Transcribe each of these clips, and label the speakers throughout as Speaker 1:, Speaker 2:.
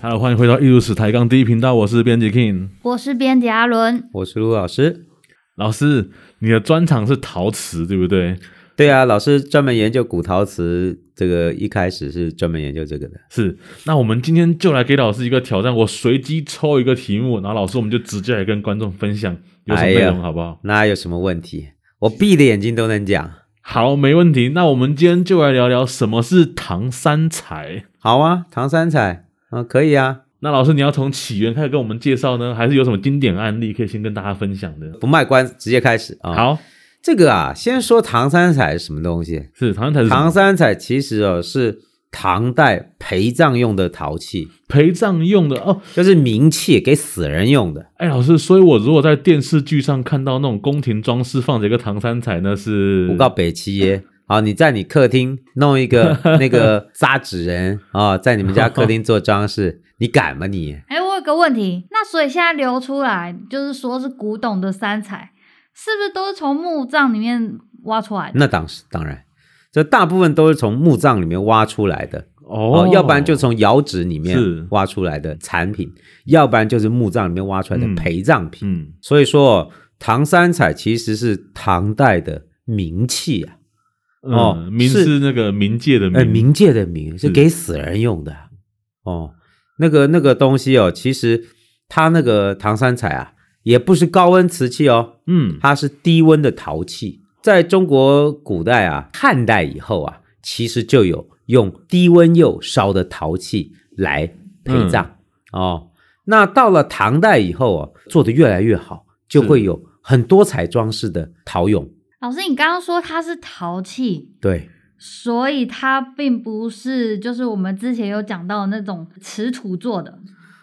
Speaker 1: Hello，欢迎回到艺术史抬杠第一频道，我是编辑 King
Speaker 2: 我是编辑阿伦，
Speaker 3: 我是陆老师。
Speaker 1: 老师。你的专长是陶瓷，对不对？
Speaker 3: 对啊，老师专门研究古陶瓷，这个一开始是专门研究这个的。
Speaker 1: 是。那我们今天就来给老师一个挑战，我随机抽一个题目，然后老师我们就直接来跟观众分享有什么内
Speaker 3: 哎
Speaker 1: 容，
Speaker 3: 呀
Speaker 1: 好不好？
Speaker 3: 那有什么问题？我闭着眼睛都能讲。
Speaker 1: 好，没问题。那我们今天就来聊聊什么是唐三彩。
Speaker 3: 好啊，唐三彩啊、可以啊，
Speaker 1: 那老师，你要从起源开始跟我们介绍呢，还是有什么经典案例可以先跟大家分享的？
Speaker 3: 不卖关子，直接开始啊。，
Speaker 1: 好，
Speaker 3: 这个啊，先说唐三彩是什么东西？
Speaker 1: 是唐三彩是什么
Speaker 3: 唐三彩其实哦是唐代陪葬用的陶器，
Speaker 1: 陪葬用的哦。
Speaker 3: 就是冥器给死人用的。
Speaker 1: 哎，老师，所以我如果在电视剧上看到那种宫廷装饰放着一个唐三彩，那是
Speaker 3: 我告北齐耶。
Speaker 1: 嗯
Speaker 3: 好，你在你客厅弄 一个那个扎纸人啊、在你们家客厅做装饰，你敢吗你？
Speaker 2: 哎、我有个问题，那所以现在流出来就是说是古董的三彩，是不是都是从墓葬里面挖出来的？
Speaker 3: 那当时当然，这大部分都是从墓葬里面挖出来的
Speaker 1: 哦，
Speaker 3: 要不然就从窑址里面
Speaker 1: 是
Speaker 3: 挖出来的产品，要不然就是墓葬里面挖出来
Speaker 1: 嗯
Speaker 3: 的陪葬品。
Speaker 1: 嗯，
Speaker 3: 所以说，唐三彩其实是唐代的名器啊，哦
Speaker 1: 哦，冥
Speaker 3: 是
Speaker 1: 是那个冥界的
Speaker 3: 呃，
Speaker 1: 冥，
Speaker 3: 冥界的冥
Speaker 1: 是
Speaker 3: 是给死人用的啊哦。那个那个东西哦，其实它那个唐三彩啊，也不是高温瓷器哦，
Speaker 1: 嗯，
Speaker 3: 它是低温的陶器。在中国古代啊，汉代以后啊，其实就有用低温釉烧的陶器来陪
Speaker 1: 嗯
Speaker 3: 葬、哦。那到了唐代以后啊，做的越来越好，就会有很多彩装饰的陶俑。
Speaker 2: 老师，你刚刚说它是陶器，
Speaker 3: 对，
Speaker 2: 所以它并不是就是我们之前有讲到的那种瓷土做的。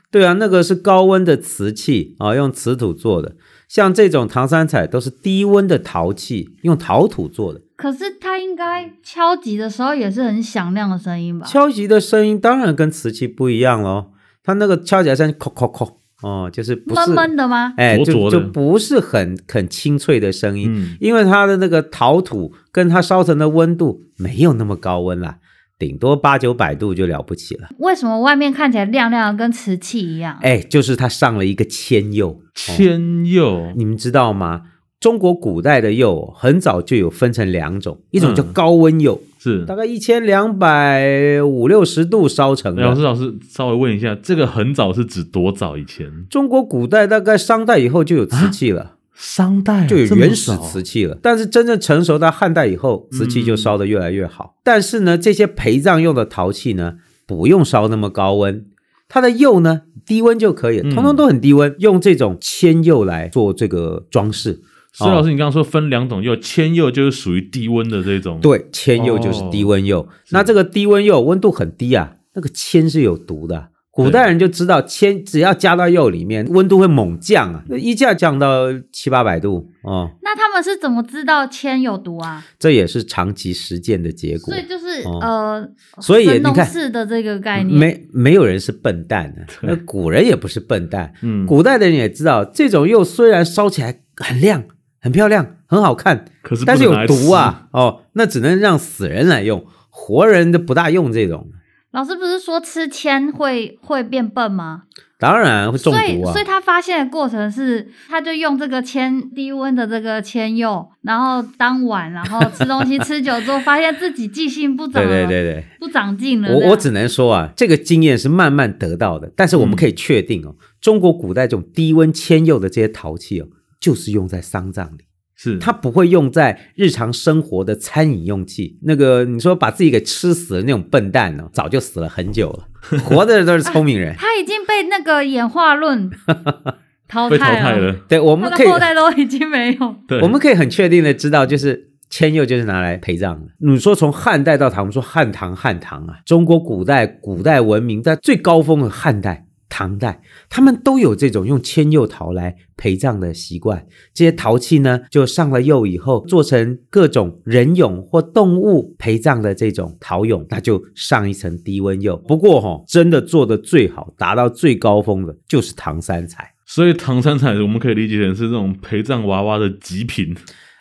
Speaker 3: 对啊，那个是高温的瓷器啊，用瓷土做的。像这种唐三彩都是低温的陶器，用陶土做的。
Speaker 2: 可是它应该敲击的时候也是很响亮的声音吧？
Speaker 3: 敲击的声音当然跟瓷器不一样喽，它那个敲击的声音，叩叩叩，哦，就是不
Speaker 2: 闷
Speaker 3: 是，
Speaker 2: 闷的吗？
Speaker 3: 哎，
Speaker 1: 灼灼
Speaker 3: 就
Speaker 1: 的
Speaker 3: 就不是很很清脆的声音，
Speaker 1: 嗯
Speaker 3: 因为它的那个陶土跟它烧成的温度没有那么高温啦，顶多八九百度就了不起了。
Speaker 2: 为什么外面看起来亮亮的，跟瓷器一样？
Speaker 3: 哎，就是它上了一个铅釉，哦
Speaker 1: 千釉，
Speaker 3: 你们知道吗？中国古代的釉很早就有分成两种，一种叫
Speaker 1: 嗯
Speaker 3: 高温釉，
Speaker 1: 是
Speaker 3: 大。概一千两百五六十度烧成
Speaker 1: 哎老师，
Speaker 3: 的。
Speaker 1: 老师，稍微问一下，这个很早是指多早以前？
Speaker 3: 中国古代大概商代以后就有瓷器了，
Speaker 1: 商代啊
Speaker 3: 就有
Speaker 1: 这么
Speaker 3: 原始
Speaker 1: 早嗯
Speaker 3: 瓷器了。但是真正成熟到汉代以后，瓷器就烧得越来越好。但是呢，这些陪葬用的陶器呢，不用烧那么高温，它的釉呢低温就可以
Speaker 1: 嗯
Speaker 3: 了，通通都很低温，用这种铅釉来做这个装饰。
Speaker 1: 所以
Speaker 3: 哦
Speaker 1: 老师，你刚刚说分两种釉，铅釉就是属于低温的这种，，
Speaker 3: 对，铅釉
Speaker 1: 哦
Speaker 3: 就是低温釉。那这个低温釉温度很低啊，那个铅是有毒的啊。古代人就知道铅只要加到釉里面，温度会猛降啊，一下降到七八百度哦。
Speaker 2: 那他们是怎么知道铅有毒啊？
Speaker 3: 这也是长期实践的结果
Speaker 2: 所。以就是、
Speaker 3: 哦
Speaker 2: 呃，
Speaker 3: 所以
Speaker 2: 神农
Speaker 3: 你看
Speaker 2: 氏的这个概念，
Speaker 3: 没没有人是笨蛋的、那古人也不是笨蛋。
Speaker 1: 嗯，
Speaker 3: 古代的人也知道，这种釉虽然烧起来很亮、很漂亮、很好看，
Speaker 1: 可是不
Speaker 3: 但是
Speaker 1: 能
Speaker 3: 有
Speaker 1: 拿来
Speaker 3: 毒
Speaker 1: 吃，
Speaker 3: 啊！哦，那只能让死人来用，活人都不大用这种。
Speaker 2: 老师不是说吃铅会会变笨吗？
Speaker 3: 当然会中
Speaker 2: 所以
Speaker 3: 毒啊！
Speaker 2: 所以他发现的过程是，他就用这个铅低温的这个铅釉，然后当晚，然后吃东 西吃久之后，发现自己记性不长
Speaker 3: 对
Speaker 2: 了，
Speaker 3: 对对
Speaker 2: 不长进了
Speaker 3: 对，
Speaker 2: 这样。
Speaker 3: 我我只能说啊，这个经验是慢慢得到的，但是我
Speaker 1: 嗯
Speaker 3: 们可以确定哦，中国古代这种低温铅釉的这些陶器哦，就是用在丧葬里，
Speaker 1: 是
Speaker 3: 它不会用在日常生活的餐饮用器。那个你说把自己给吃死的那种笨蛋哦，早就死了很久了，活着的都是聪明 人。
Speaker 2: 他已经被那个演化论 淘
Speaker 1: 被淘
Speaker 2: 汰
Speaker 1: 汰了，
Speaker 3: 对，我
Speaker 2: 他
Speaker 3: 们可
Speaker 2: 的
Speaker 3: 以
Speaker 2: 后代都已经没有。
Speaker 1: 对，
Speaker 3: 我们可以很确定的知道，就是铅釉就是拿来陪葬的。你说从汉代到唐，我们说汉唐汉唐啊，中国古代古代文明在最高峰的汉代、唐代，他们都有这种用铅釉陶来陪葬的习惯。这些陶器呢，就上了釉以后，做成各种人俑或动物陪葬的这种陶俑，那就上一层低温釉。不过哈、真的做的最好、达到最高峰的，就是唐三彩。
Speaker 1: 所以唐三彩我们可以理解成是那种陪葬娃娃的极品，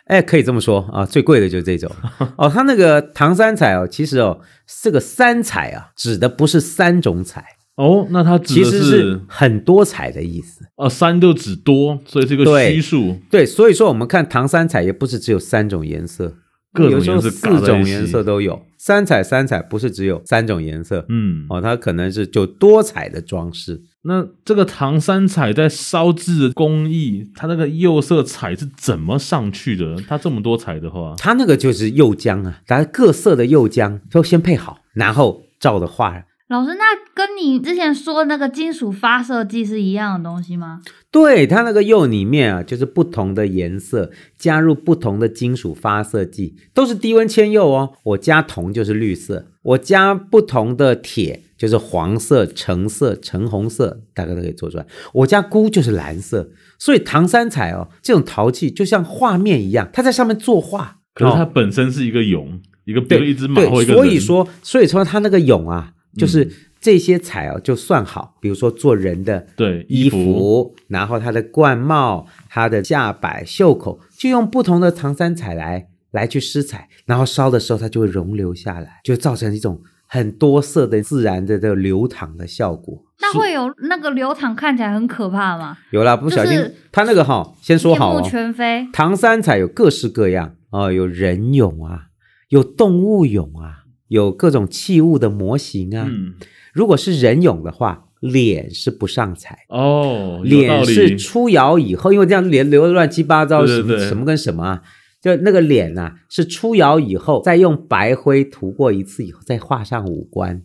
Speaker 3: 哎，可以这么说啊，最贵的就是这种哦。它那个唐三彩哦，其实哦，这个三彩啊，指的不是三种彩，
Speaker 1: 哦，那它指
Speaker 3: 其
Speaker 1: 的
Speaker 3: 实是很多彩的意思。
Speaker 1: 呃三就指多，所以是一个
Speaker 3: 对
Speaker 1: 虚数。
Speaker 3: 对，所以说我们看唐三彩也不是只有三种颜色，
Speaker 1: 各种
Speaker 3: 有时候
Speaker 1: 颜色
Speaker 3: 四
Speaker 1: 嘎在一
Speaker 3: 种
Speaker 1: 起
Speaker 3: 颜色都有。三彩三彩不是只有三种颜色，
Speaker 1: 嗯，
Speaker 3: 哦，它可能是就多彩的装饰。
Speaker 1: 那这个唐三彩在烧制的工艺，它那个釉色彩是怎么上去的？它这么多彩的话，
Speaker 3: 它那个就是釉浆啊，大家各色的釉浆都先配好，然后照着画。
Speaker 2: 老师，那跟你之前说那个金属发射剂是一样的东西吗？
Speaker 3: 对，它那个釉里面啊，就是不同的颜色，加入不同的金属发色剂，都是低温铅釉哦。我加铜就是绿色，我加不同的铁就是黄色、橙色、橙红色，大概都可以做出来。我加钴就是蓝色，所以唐三彩哦，这种陶器就像画面一样，它在上面作画。
Speaker 1: 可是它
Speaker 3: 哦
Speaker 1: 本身是一个俑，一个比如
Speaker 3: 对
Speaker 1: 一只马或一
Speaker 3: 对，
Speaker 1: 个
Speaker 3: 所以
Speaker 1: 人嗯
Speaker 3: 说，所以说它那个俑啊，就是这些彩哦，就算好，比如说做人的
Speaker 1: 对
Speaker 3: 衣
Speaker 1: 衣服
Speaker 3: 服，然后它的冠帽、它的下摆、袖口，就用不同的唐三彩来来去施彩，然后烧的时候它就会溶流下来，就造成一种很多色的自然的这个流淌的效果。
Speaker 2: 那会有那个流淌看起来很可怕吗？
Speaker 3: 有啦，不小心，
Speaker 2: 就是
Speaker 3: 它那个哈、先说
Speaker 2: 面
Speaker 3: 好
Speaker 2: 目
Speaker 3: 哦，
Speaker 2: 全非。
Speaker 3: 唐三彩有各式各样啊、哦有人俑啊，有动物俑啊，有各种器物的模型啊。
Speaker 1: 嗯
Speaker 3: 如果是人俑的话，脸是不上彩，
Speaker 1: 哦，有道
Speaker 3: 脸是
Speaker 1: 理，
Speaker 3: 出窑以后，因为这样脸流的乱七八糟，
Speaker 1: 对
Speaker 3: 什么
Speaker 1: 对对
Speaker 3: 什么跟什么啊，就那个脸呐、是出窑以后再用白灰涂过一次以后再画上五官。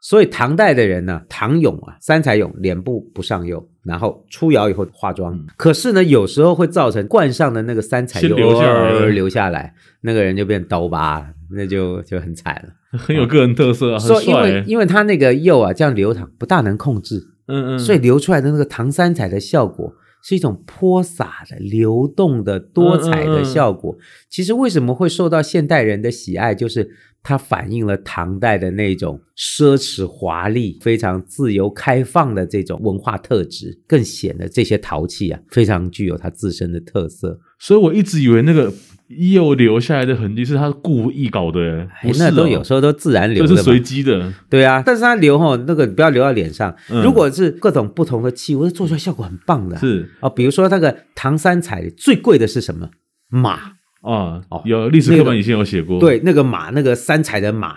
Speaker 3: 所以唐代的人呢，唐俑啊，三彩俑脸部不上釉，然后出窑以后化妆。
Speaker 1: 嗯
Speaker 3: 可是呢，有时候会造成冠上的那个三彩
Speaker 1: 先
Speaker 3: 釉
Speaker 1: 流下来了
Speaker 3: 流下来，那个人就变刀疤了，那就就很惨了。
Speaker 1: 很有个人特色啊，很
Speaker 3: 所以因
Speaker 1: 帅
Speaker 3: 为
Speaker 1: 欸。
Speaker 3: 因为它那个釉啊，这样流淌不大能控制，
Speaker 1: 嗯嗯，
Speaker 3: 所以流出来的那个唐三彩的效果是一种泼洒的、流动的、多彩的效果。其实为什么会受到现代人的喜爱，就是它反映了唐代的那种奢侈华丽、非常自由开放的这种文化特质，更显得这些陶器啊非常具有它自身的特色。
Speaker 1: 所以我一直以为那个釉留下来的痕迹是他故意搞的欸，
Speaker 3: 哎
Speaker 1: 不是
Speaker 3: 那都
Speaker 1: 哦
Speaker 3: 有时候都自然流
Speaker 1: 这
Speaker 3: 的
Speaker 1: 是
Speaker 3: 嘛。
Speaker 1: 随机的。
Speaker 3: 对啊，但是它流吼，那个不要流到脸上。
Speaker 1: 嗯
Speaker 3: 如果是各种不同的器物，做出来效果很棒的啊。
Speaker 1: 是
Speaker 3: 啊，比如说那个唐三彩最贵的是什么？马，
Speaker 1: 啊
Speaker 3: 哦，
Speaker 1: 有历史
Speaker 3: 那
Speaker 1: 课
Speaker 3: 个
Speaker 1: 本以前有写过，
Speaker 3: 对，那个马，那个三彩的马，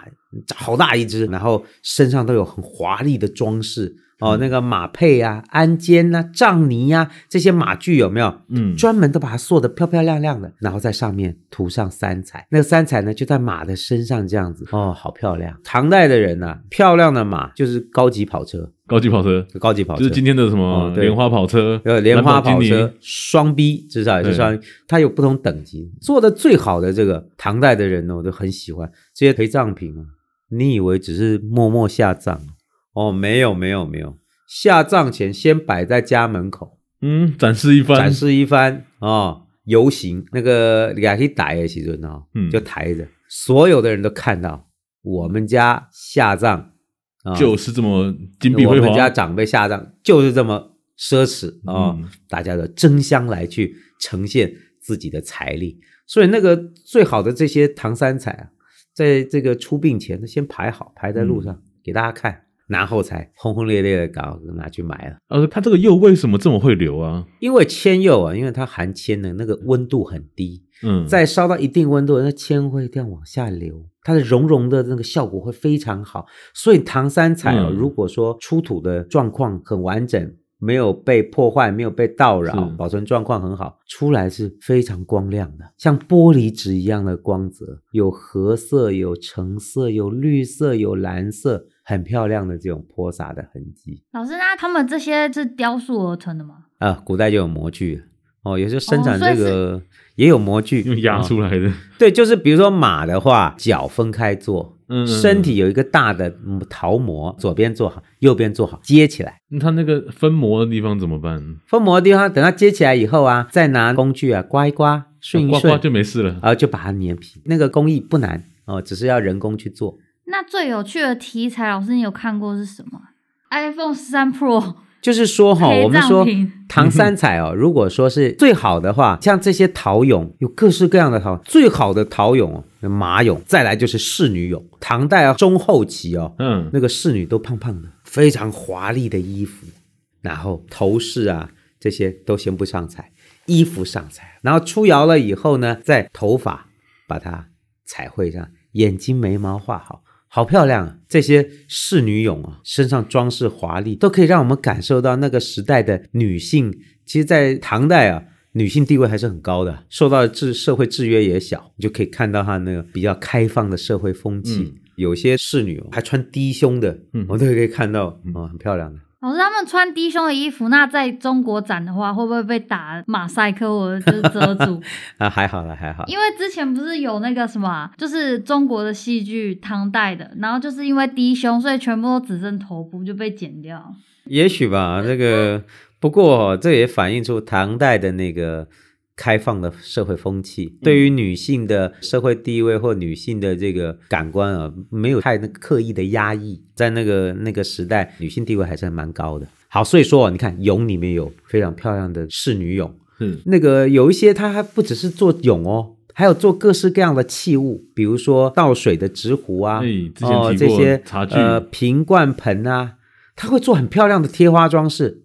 Speaker 3: 好大一只，然后身上都有很华丽的装饰
Speaker 1: 嗯
Speaker 3: 哦，那个马配啊、鞍肩呐、杖泥呀、这些马具有没有？
Speaker 1: 嗯，
Speaker 3: 专门都把它做的漂漂亮亮的，然后在上面涂上三彩。那个三彩呢，就在马的身上这样子，哦，好漂亮。唐代的人呐、啊漂亮的马就是高级跑车，
Speaker 1: 高级跑车
Speaker 3: 高级跑车
Speaker 1: 就是今天的什么
Speaker 3: 哦对
Speaker 1: 莲花跑车，
Speaker 3: 呃，莲花跑
Speaker 1: 兰博基尼
Speaker 3: 车，双 B 至少也是
Speaker 1: 对
Speaker 3: 双 B，它有不同等级。做的最好的这个唐代的人呢，我都很喜欢这些陪葬品啊。你以为只是默默下葬？哦，没有没有没有，下葬前先摆在家门口
Speaker 1: 嗯，展示一番，
Speaker 3: 展示一番啊、哦游行那个你还可以逮的时阵哦，
Speaker 1: 嗯
Speaker 3: 就抬着，所有的人都看到我们家下葬啊，
Speaker 1: 就是这么金碧辉
Speaker 3: 我们家
Speaker 1: 煌。
Speaker 3: 长辈下葬就是这么奢侈啊、
Speaker 1: 嗯
Speaker 3: 大家的争相来去呈现自己的财力。所以那个最好的这些唐三彩啊，在这个出殡前先排好，排在路上、给大家看，然后才轰轰烈烈的搞拿去埋了。
Speaker 1: 呃，它这个釉为什么这么会流啊？
Speaker 3: 因为铅釉啊，因为它含铅的那个温度很低，
Speaker 1: 嗯，
Speaker 3: 再烧到一定温度，那铅会这样往下流，它的熔融的那个效果会非常好。所以唐三彩哦，
Speaker 1: 嗯
Speaker 3: 如果说出土的状况很完整，没有被破坏，没有被盗扰
Speaker 1: 是，
Speaker 3: 保存状况很好，出来是非常光亮的，像玻璃纸一样的光泽，有褐色，有橙色，有绿色，有蓝色，很漂亮的这种泼洒的痕迹。
Speaker 2: 老师，那他们这些是雕塑而成的吗？
Speaker 3: 啊，古代就有模具哦，有时候生产
Speaker 2: 哦所以
Speaker 3: 这
Speaker 2: 是
Speaker 3: 个、也有模具，
Speaker 1: 用压
Speaker 3: 哦
Speaker 1: 出来的，
Speaker 3: 对，就是比如说马的话，脚分开做，
Speaker 1: 嗯，
Speaker 3: 身体有一个大的嗯陶模，左边做好，右边做好，接起来。
Speaker 1: 那它那个分膜的地方怎么办？
Speaker 3: 分模的地方，等它接起来以后啊，再拿工具啊刮一刮，顺一
Speaker 1: 哦刮
Speaker 3: 顺，
Speaker 1: 刮就没事了。
Speaker 3: 然后就把它粘平。那个工艺不难哦，只是要人工去做。
Speaker 2: 那最有趣的题材，老师你有看过是什么？iPhone 十三 Pro
Speaker 3: 就是说哈，我
Speaker 2: 陪
Speaker 3: 们
Speaker 2: 葬
Speaker 3: 说
Speaker 2: 品。
Speaker 3: 唐三彩哦，如果说是最好的话，像这些陶俑有各式各样的陶，最好的陶俑哦马俑，再来就是仕女俑。唐代啊中后期哦，
Speaker 1: 嗯，
Speaker 3: 那个仕女都胖胖的，非常华丽的衣服，然后头饰啊这些都先不上彩，衣服上彩，然后出窑了以后呢，再头发把它彩绘上，眼睛眉毛画好，好漂亮啊！这些仕女俑啊，身上装饰华丽，都可以让我们感受到那个时代的女性。其实，在唐代啊，女性地位还是很高的，受到制社会制约也小，你就可以看到她那个比较开放的社会风气。
Speaker 1: 嗯
Speaker 3: 有些仕女哦还穿低胸的，
Speaker 1: 嗯
Speaker 3: 我们都可以看到，
Speaker 1: 嗯
Speaker 3: 哦，很漂亮的。
Speaker 2: 老师，他们穿低胸的衣服，那在中国展的话，会不会被打马赛克或者是遮 住？
Speaker 3: 啊，还好了，还好。
Speaker 2: 因为之前不是有那个什么啊，就是中国的戏剧唐代的，然后就是因为低胸，所以全部都只剩头部就被剪掉。
Speaker 3: 也许吧，这个不过这也反映出唐代的那个开放的社会风气，对于女性的社会地位或女性的这个感官啊，没有太那个刻意的压抑，在那个那个时代，女性地位还是蛮高的。好，所以说啊你看俑里面有非常漂亮的仕女俑，
Speaker 1: 是
Speaker 3: 那个有一些它还不只是做俑哦，还有做各式各样的器物，比如说倒水的直壶啊，
Speaker 1: 哎之前
Speaker 3: 哦
Speaker 1: 提
Speaker 3: 这
Speaker 1: 过
Speaker 3: 些
Speaker 1: 茶具
Speaker 3: 呃瓶罐盆啊，它会做很漂亮的贴花装饰，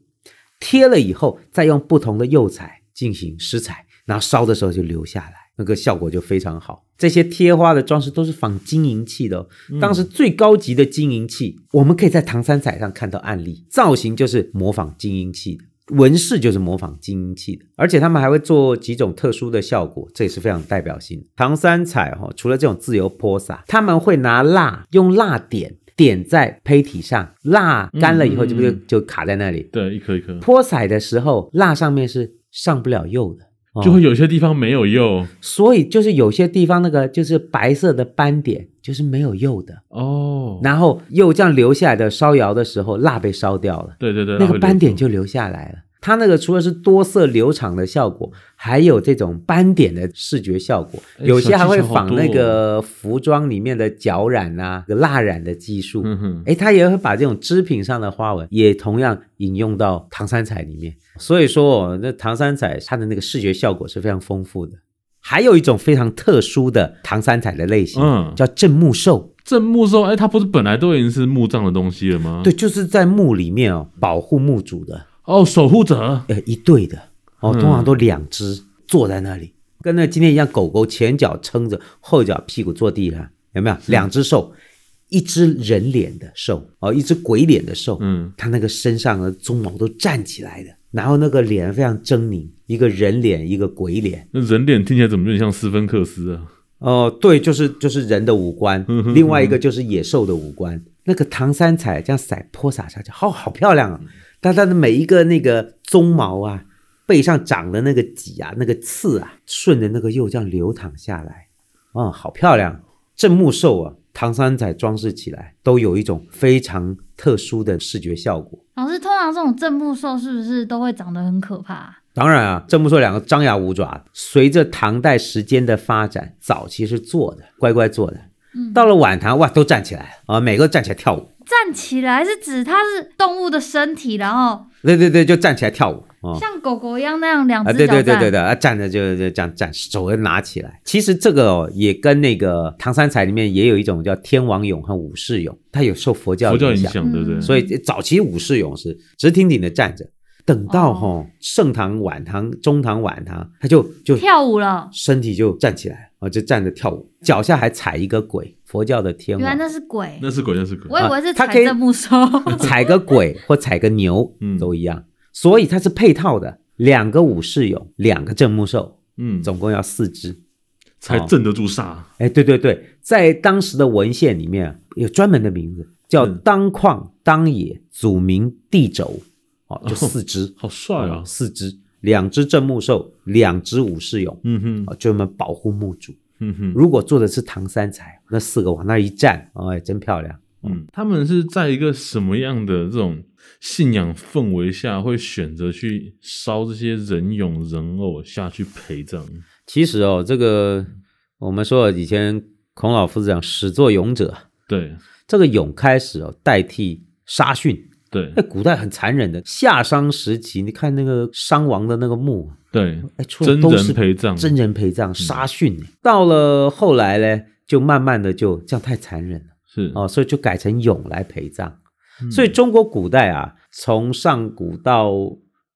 Speaker 3: 贴了以后再用不同的釉彩进行施彩，然后烧的时候就留下来，那个效果就非常好。这些贴花的装饰都是仿金银器的、哦，
Speaker 1: 嗯
Speaker 3: 当时最高级的金银器，我们可以在唐三彩上看到案例，造型就是模仿金银器的。纹饰就是模仿金银器的，而且他们还会做几种特殊的效果，这也是非常有代表性的。唐三彩哈、哦，除了这种自由泼洒，他们会拿蜡用蜡点点在胚体上，蜡干了以后
Speaker 1: 嗯嗯
Speaker 3: 就不就
Speaker 1: 嗯
Speaker 3: 就卡在那里，
Speaker 1: 对，一颗一颗，
Speaker 3: 泼彩的时候，蜡上面是上不了釉的，哦
Speaker 1: 就会有些地方没有釉
Speaker 3: 所以就是有些地方那个就是白色的斑点就是没有釉的，
Speaker 1: 哦。
Speaker 3: 然后釉这样留下来的，烧窑的时候蜡被烧掉了，
Speaker 1: 对对对，
Speaker 3: 那
Speaker 1: 它会
Speaker 3: 个
Speaker 1: 流
Speaker 3: 斑点
Speaker 1: 出
Speaker 3: 就留下来了。它那个除了是多色流场的效果，还有这种斑点的视觉效果，
Speaker 1: 哎
Speaker 3: 有些还会
Speaker 1: 小技巧好
Speaker 3: 仿
Speaker 1: 多哦
Speaker 3: 那个服装里面的脚染啊、蜡染的技术。
Speaker 1: 嗯哼，
Speaker 3: 哎，他也会把这种织品上的花纹，也同样引用到唐三彩里面。所以说、哦，那唐三彩它的那个视觉效果是非常丰富的。还有一种非常特殊的唐三彩的类型，
Speaker 1: 嗯
Speaker 3: 叫镇墓兽。
Speaker 1: 镇墓兽，哎，它不是本来都已经是墓葬的东西了吗？
Speaker 3: 对，，就是在墓里面哦，保护墓主的，
Speaker 1: 哦，守护者，
Speaker 3: 呃，一对的哦，
Speaker 1: 嗯
Speaker 3: 通常都两只、坐在那里，跟那今天一样，狗狗前脚撑着，后脚屁股坐地上，有没有？两只兽，一只人脸的兽哦，一只鬼脸的兽，
Speaker 1: 嗯，
Speaker 3: 他那个身上的鬃毛都站起来的，然后那个脸非常狰狞，一个人脸，一个鬼脸。
Speaker 1: 那人脸听起来怎么有点像斯芬克斯啊？
Speaker 3: 哦、对，就是就是人的五官
Speaker 1: 嗯哼，
Speaker 3: 另外一个就是野兽的五官。那个唐三彩这样撒泼洒下去，好好漂亮啊！但它的每一个那个鬃毛啊，背上长的那个脊啊，那个刺啊，顺着那个釉这样流淌下来，嗯，好漂亮！镇墓兽啊，唐三彩装饰起来都有一种非常特殊的视觉效果。
Speaker 2: 老师，通常这种正木兽是不是都会长得很可怕、
Speaker 3: 当然啊，这么说两个张牙舞爪，随着唐代时间的发展，早期是坐的，乖乖坐的。
Speaker 2: 嗯
Speaker 3: 到了晚唐，哇，都站起来了啊，每个站起来跳舞，
Speaker 2: 站起来是指它是动物的身体，然后
Speaker 3: 对对对，就站起来跳舞啊。
Speaker 2: 像狗狗一样那样两
Speaker 3: 啊，
Speaker 2: 只
Speaker 3: 对
Speaker 2: 脚站。
Speaker 3: 对对对对，啊，站着就就这样站，手会拿起来。其实这个哦，也跟那个唐三彩里面也有一种叫天王俑和武士俑，它有受佛教
Speaker 1: 佛教影
Speaker 3: 响，
Speaker 1: 响，对不对？
Speaker 2: 嗯
Speaker 3: 所以早期武士俑是直挺挺的站着，等到哈、盛唐、晚唐、中唐、晚唐，它就就
Speaker 2: 跳舞了。
Speaker 3: 身体就站起来啊，就站着跳舞，脚下还踩一个鬼，佛教的天
Speaker 2: 嗯原来
Speaker 3: 王，
Speaker 2: 那是鬼，
Speaker 1: 那是鬼，那是鬼。
Speaker 2: 我以为是
Speaker 3: 嗯啊它
Speaker 2: 踩
Speaker 3: 可以
Speaker 2: 正木兽。
Speaker 3: 踩个鬼或踩个牛
Speaker 1: 嗯
Speaker 3: 都一样，所以它是配套的，两个武士俑，两个镇墓兽，
Speaker 1: 嗯，
Speaker 3: 总共要四只。
Speaker 1: 才
Speaker 3: 哦
Speaker 1: 镇得住煞。
Speaker 3: 哎，对对对，在当时的文献里面啊有专门的名字叫
Speaker 1: 嗯
Speaker 3: 当矿、当野、祖明、地轴，哦，就四只，哦
Speaker 1: 好帅啊！
Speaker 3: 四只，两只镇墓兽，两只武士俑，
Speaker 1: 嗯哼，
Speaker 3: 哦，专门保护墓主。
Speaker 1: 嗯哼，
Speaker 3: 如果做的是唐三彩，那四个往那一站，哎，真漂亮。
Speaker 1: 嗯，他们是在一个什么样的这种信仰氛围下，会选择去烧这些人俑人偶下去陪葬？
Speaker 3: 其实哦，这个我们说以前孔老夫子讲始作俑者，
Speaker 1: 对
Speaker 3: 这个俑开始哦代替杀殉。
Speaker 1: 对
Speaker 3: 在古代很残忍的夏商时期，你看那个商王的那个墓，
Speaker 1: 对，
Speaker 3: 哎，出的
Speaker 1: 真
Speaker 3: 都是
Speaker 1: 人陪葬，嗯
Speaker 3: 真人陪葬杀殉。到了后来呢，就慢慢的就这样太残忍了
Speaker 1: 是
Speaker 3: 哦，所以就改成俑来陪葬。
Speaker 1: 嗯
Speaker 3: 所以中国古代啊，从上古到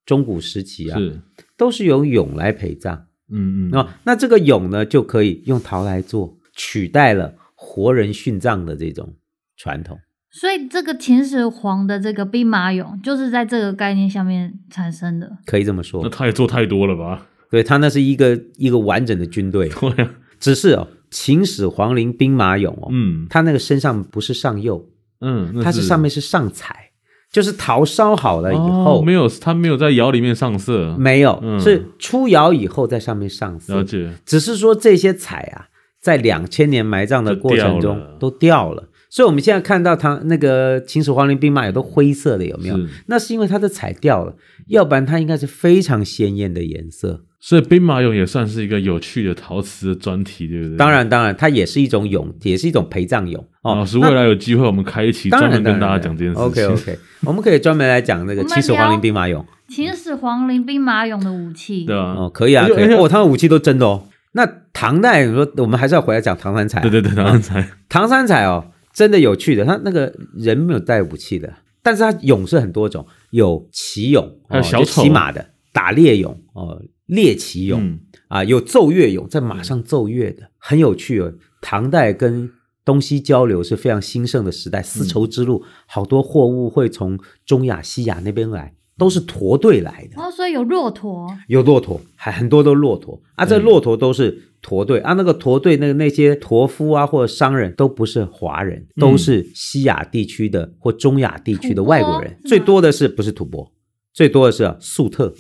Speaker 3: 中古时期啊，
Speaker 1: 是，
Speaker 3: 都是由俑来陪葬。
Speaker 1: 嗯嗯，
Speaker 3: 那、那这个俑呢，就可以用陶来做，取代了活人殉葬的这种传统。
Speaker 2: 所以这个秦始皇的这个兵马俑，就是在这个概念下面产生的。
Speaker 3: 可以这么
Speaker 1: 那
Speaker 3: 说，
Speaker 1: 他也做太多了吧？
Speaker 3: 对他那是一个一个完整的军队，
Speaker 1: 对啊，
Speaker 3: 只是哦，秦始皇陵兵马俑哦，
Speaker 1: 嗯
Speaker 3: 他那个身上不是上釉，
Speaker 1: 嗯，那
Speaker 3: 它是上面是上彩，就是陶烧好了以后、
Speaker 1: 哦没有，他没有在窑里面上色，
Speaker 3: 没有，
Speaker 1: 嗯
Speaker 3: 是出窑以后在上面上
Speaker 1: 了
Speaker 3: 色，
Speaker 1: 解，
Speaker 3: 只是说这些彩啊，在两千年埋葬的过
Speaker 1: 都
Speaker 3: 程
Speaker 1: 掉
Speaker 3: 中
Speaker 1: 了
Speaker 3: 都掉了，所以我们现在看到唐那个秦始皇陵兵马俑都灰色的，有没有？
Speaker 1: 是，
Speaker 3: 那是因为它的彩掉了，要不然它应该是非常鲜艳的颜色。
Speaker 1: 所以兵马俑也算是一个有趣的陶瓷的专题，对不对？
Speaker 3: 当然，当然，它也是一种俑，也是一种陪葬俑
Speaker 1: 哦，
Speaker 3: 哦
Speaker 1: 老。师未来有机会我们开一期
Speaker 3: 当
Speaker 1: 专
Speaker 3: 然，
Speaker 1: 门跟大
Speaker 3: 当
Speaker 1: 家
Speaker 3: 然
Speaker 1: 讲这件事
Speaker 3: OK
Speaker 1: 情。
Speaker 3: OK，我们可以专门来讲那个
Speaker 2: 我们
Speaker 3: 秦始皇陵
Speaker 2: 聊
Speaker 3: 兵马俑。
Speaker 2: 秦始皇陵兵马俑的武 器，
Speaker 1: 对啊
Speaker 3: 哦，，可以啊，
Speaker 1: 而且
Speaker 3: 可以
Speaker 1: 而且
Speaker 3: 哦，他们武器都真的哦。那唐代，你说我们还是要回来讲唐三彩啊、
Speaker 1: 对对对，当然才
Speaker 3: 唐三彩哦，真的有趣的。他那个人没有带武器的，但是他俑是很多种，有骑俑，哦
Speaker 1: 还有小
Speaker 3: 就
Speaker 1: 丑啊
Speaker 3: 骑马的，打猎俑哦，猎骑俑、
Speaker 1: 嗯
Speaker 3: 啊，有奏乐俑，在马上奏乐的，很有趣哦。唐代跟东西交流是非常兴盛的时
Speaker 1: 嗯
Speaker 3: 代，丝绸之路、好多货物会从中亚、西亚那边来，都是驼队来的。
Speaker 2: 哦，所以有骆驼，
Speaker 3: 有骆驼，还很多都骆驼啊，这
Speaker 1: 嗯
Speaker 3: 骆驼都是驼队啊，那个驼队那个那些驼夫啊或者商人都不是华人，
Speaker 1: 嗯
Speaker 3: 都是西亚地区的或中亚地区的外国
Speaker 2: 吐蕃，
Speaker 3: 人
Speaker 2: 是吗
Speaker 3: 最多的是不是吐蕃，最多的是啊粟特、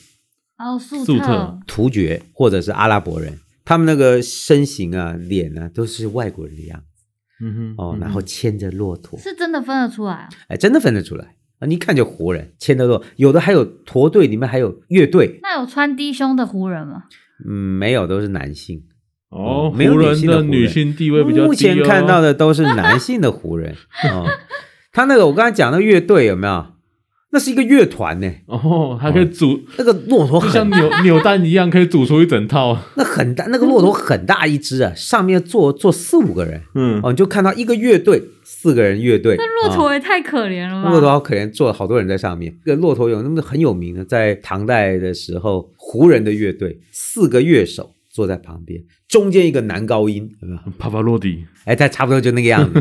Speaker 2: 然后粟
Speaker 1: 粟
Speaker 2: 特
Speaker 1: 特，
Speaker 3: 突厥或者是阿拉伯人，他们那个身形啊、脸啊都是外国人的样子
Speaker 1: 嗯哼
Speaker 3: 哦，
Speaker 1: 嗯
Speaker 3: 然后牵着骆驼，
Speaker 2: 是真的分得出来啊。
Speaker 3: 哎，真的分得出来啊，你一看就活人牵着骆，有的还有驼队里面还有乐队，
Speaker 2: 那有穿低胸的胡人吗？
Speaker 3: 嗯，没有都是男性。
Speaker 1: 哦，
Speaker 3: 没有
Speaker 1: 胡
Speaker 3: 女
Speaker 1: 人
Speaker 3: 性的
Speaker 1: 的
Speaker 3: 胡
Speaker 1: 女
Speaker 3: 人
Speaker 1: 性地位比较低哦。
Speaker 3: 目前看到的都是男性的湖 人哦。他那个我刚才讲的乐队有没有？那是一个乐团呢，
Speaker 1: 哦，还可以组，
Speaker 3: 那个骆驼
Speaker 1: 就像
Speaker 3: 很
Speaker 1: 扭扭蛋一样，可以组出一整 套。
Speaker 3: 那很大，那个骆驼很大一只啊，上面坐坐四五个人
Speaker 1: 嗯，
Speaker 3: 哦，你就看到一个乐队四个人乐队，
Speaker 2: 那骆
Speaker 3: 哦
Speaker 2: 驼也太可怜了吧！
Speaker 3: 骆驼好可怜，坐了好多人在上面。这个骆驼有那么很有名的，在唐代的时候，胡人的乐队四个乐手坐在旁边，中间一个男高音，有没有？
Speaker 1: 嗯帕帕洛蒂，
Speaker 3: 哎，它差不多就那 个样子。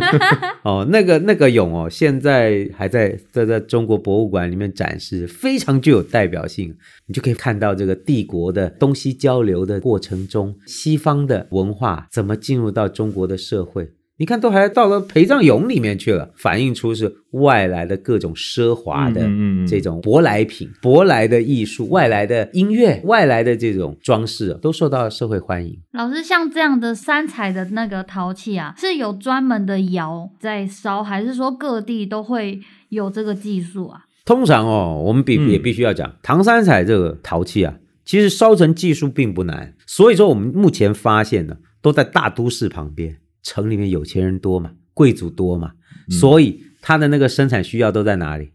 Speaker 3: 哦，那个那个俑哦，现在还在在在中国博物馆里面展示，非常具有代表性。你就可以看到这个帝国的东西交流的过程中，西方的文化怎么进入到中国的社会。你看，都还到了陪葬俑里面去了，反映出是外来的各种奢华的
Speaker 1: 嗯嗯嗯
Speaker 3: 这种舶来品、舶来的艺术、外来的音乐、外来的这种装饰啊，都受到了社会欢迎。
Speaker 2: 老师，像这样的三彩的那个陶器啊，是有专门的窑在烧，还是说各地都会有这个技术啊？
Speaker 3: 通常哦，我们必
Speaker 1: 嗯
Speaker 3: 也必须要讲，唐三彩这个陶器啊，其实烧成技术并不难。所以说，我们目前发现呢，都在大都市旁边，城里面有钱人多嘛，贵族多嘛，所以它的那个生产需要都在哪里？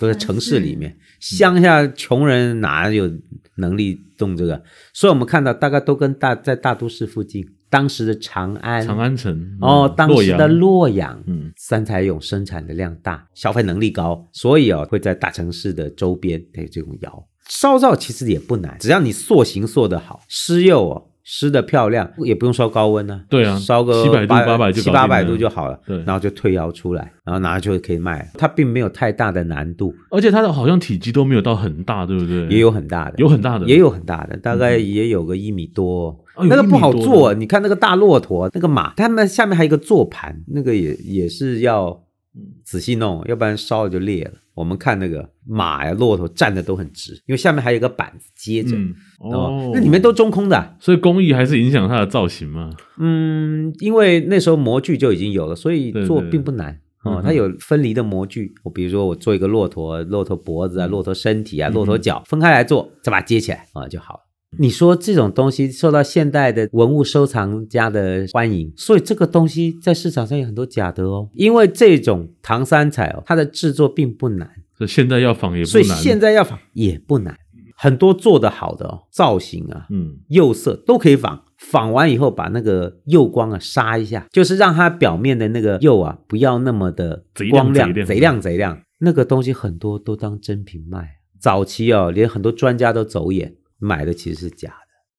Speaker 3: 都在城市里面，乡下穷人哪有能力动这个？所以我们看到，大概都跟大在大都市附近，当时的长安，
Speaker 1: 长安城
Speaker 3: 哦，
Speaker 1: 嗯
Speaker 3: 当
Speaker 1: 洛
Speaker 3: 时
Speaker 1: 阳
Speaker 3: 的洛阳，
Speaker 1: 嗯，
Speaker 3: 三彩俑生产的量大，消费能力高，所以哦会在大城市的周边对这种窑烧造其实也不难，只要你塑形塑得好，施釉哦施得漂亮，也不用烧高温呢、
Speaker 1: 对啊
Speaker 3: 烧个
Speaker 1: 700度800就
Speaker 3: 七
Speaker 1: 搞定
Speaker 3: 八
Speaker 1: 了
Speaker 3: 百度就好了，
Speaker 1: 对
Speaker 3: 然后就退窑出来，然后拿就可以卖了，它并没有太大的难度，
Speaker 1: 而且它的好像体积都没有到很大，对不对？
Speaker 3: 也有很大的，
Speaker 1: 有很大的，
Speaker 3: 也有很大的，大概也有个一米多哦、
Speaker 1: 哎呦
Speaker 3: 那个不好
Speaker 1: 一米多
Speaker 3: 做。你看那个大骆驼，那个马，他们下面还有一个坐盘，那个也也是要
Speaker 1: 嗯
Speaker 3: 仔细弄，要不然烧了就裂了。我们看那个马呀、骆驼站的都很直，因为下面还有一个板子接着。
Speaker 1: 嗯
Speaker 3: 哦
Speaker 1: 哦，，
Speaker 3: 那里面都中空的，啊
Speaker 1: 所以工艺还是影响它的造型嘛。
Speaker 3: 嗯，因为那时候模具就已经有了，所以
Speaker 1: 对对
Speaker 3: 做
Speaker 1: 对
Speaker 3: 并不难
Speaker 1: 嗯
Speaker 3: 哦
Speaker 1: 哼。
Speaker 3: 它有分离的模具，我比如说我做一个骆驼，骆驼脖
Speaker 1: 嗯
Speaker 3: 子啊，骆驼身体啊，骆驼脚分开来做，再把它接起来啊就好了。你说这种东西受到现代的文物收藏家的欢迎，所以这个东西在市场上有很多假的哦。因为这种唐三彩哦，它的制作并不难，
Speaker 1: 所以现在要仿也不
Speaker 3: 所以
Speaker 1: 难。
Speaker 3: 现在要仿也不难，很多做得好的哦，造型啊，
Speaker 1: 嗯，
Speaker 3: 釉色都可以仿。仿完以后，把那个釉光啊杀一下，就是让它表面的那个釉啊不要那么的
Speaker 1: 贼亮
Speaker 3: 光
Speaker 1: 贼
Speaker 3: 亮、
Speaker 1: 亮
Speaker 3: 贼亮贼亮，那个东西很多都当真品卖。啊早期哦，连很多专家都走眼，买的其实是假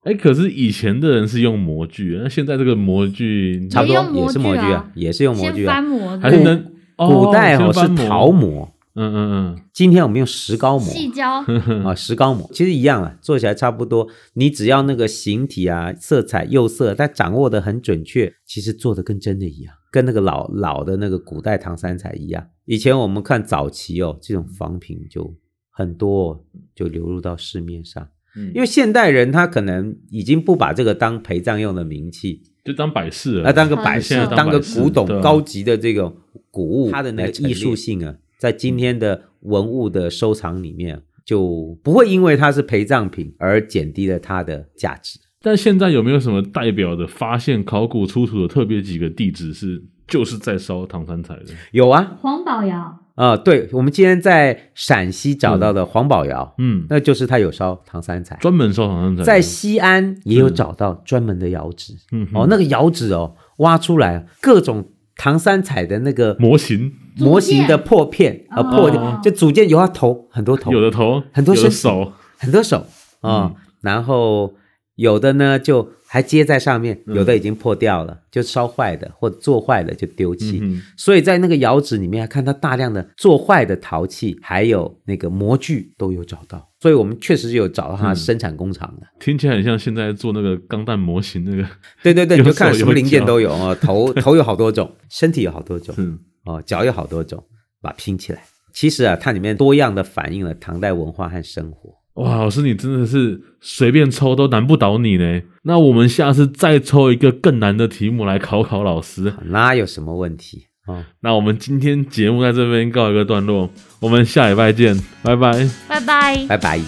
Speaker 3: 的，
Speaker 1: 哎，可是以前的人是用模具，那现在这个模具
Speaker 3: 差不
Speaker 2: 用
Speaker 3: 多
Speaker 2: 模
Speaker 3: 也是模具
Speaker 2: 具啊
Speaker 3: 啊，也是用模具
Speaker 2: 先
Speaker 3: 啊
Speaker 2: 翻。模
Speaker 1: 还是
Speaker 2: 对
Speaker 1: 能
Speaker 3: 古代
Speaker 1: 哦先
Speaker 3: 哦是
Speaker 1: 翻模
Speaker 3: 陶模，
Speaker 1: 嗯嗯
Speaker 3: 今天我们用石膏模。
Speaker 2: 细胶，
Speaker 3: 啊，石膏模其实一样啊，做起来差不多。你只要那个形体啊、色彩、釉色，它掌握的很准确，其实做的跟真的一样，跟那个老老的那个古代唐三彩一样。以前我们看早期哦，这种仿品就很多、哦，就流入到市面上。
Speaker 1: 嗯，
Speaker 3: 因为现代人他可能已经不把这个当陪葬用的名器，
Speaker 1: 就当摆饰了，
Speaker 3: 啊，当个摆
Speaker 1: 现
Speaker 3: 设，
Speaker 1: 在
Speaker 2: 当
Speaker 3: 当个
Speaker 1: 摆设
Speaker 3: 古董
Speaker 1: 对啊
Speaker 3: 高级的这种古物，
Speaker 1: 它的那
Speaker 3: 来
Speaker 1: 个
Speaker 3: 艺术
Speaker 1: 陈列
Speaker 3: 性啊，在今天的文物的收藏里面，就不会因为它是陪葬品而减低了它的价值。
Speaker 1: 但现在有没有什么代表的发现考古出土的特别几个地址是就是在烧唐三彩的？
Speaker 3: 有啊，
Speaker 2: 黄宝窑，
Speaker 3: 啊、对，我们今天在陕西找到的黄宝窑，
Speaker 1: 嗯，
Speaker 3: 那就是它有烧唐三彩，
Speaker 1: 专门烧唐三彩的，
Speaker 3: 在西安也有
Speaker 1: 嗯
Speaker 3: 找到专门的窑址，
Speaker 1: 嗯哼
Speaker 3: 哦，那个窑址哦，挖出来各种唐三彩的那个
Speaker 1: 模型
Speaker 3: 模型的破片啊、呃
Speaker 2: 哦
Speaker 3: 破片，就组件有它头很多头，
Speaker 1: 有的头，
Speaker 3: 很多
Speaker 1: 有的
Speaker 3: 身体
Speaker 1: 手，
Speaker 3: 很多手啊、
Speaker 1: 嗯
Speaker 3: 然后有的呢就还接在上面，
Speaker 1: 嗯
Speaker 3: 有的已经破掉了，就烧坏的或者做坏的就丢弃。
Speaker 1: 嗯哼
Speaker 3: 所以在那个窑址里面，还看到大量的做坏的陶器，还有那个模具都有找到，所以我们确实有找到它的
Speaker 1: 嗯
Speaker 3: 生产工厂的。
Speaker 1: 听起来很像现在做那个钢弹模型那个，
Speaker 3: 对对对，
Speaker 1: 有
Speaker 3: 你就看
Speaker 1: 手
Speaker 3: 什么
Speaker 1: 有
Speaker 3: 零件
Speaker 1: 脚
Speaker 3: 都有 啊、哦，头头有好多种，身体有好多种，
Speaker 1: 嗯，
Speaker 3: 哦，脚有好多种，把它拼起来。其实啊，它里面多样的反映了唐代文化和生活。
Speaker 1: 哇，老师你真的是随便抽都难不倒你呢。那我们下次再抽一个更难的题目来考考老师。
Speaker 3: 那有什么问题啊、哦
Speaker 1: 那我们今天节目在这边告一个段落，我们下礼拜见，拜拜。
Speaker 2: 拜拜。
Speaker 3: 拜拜。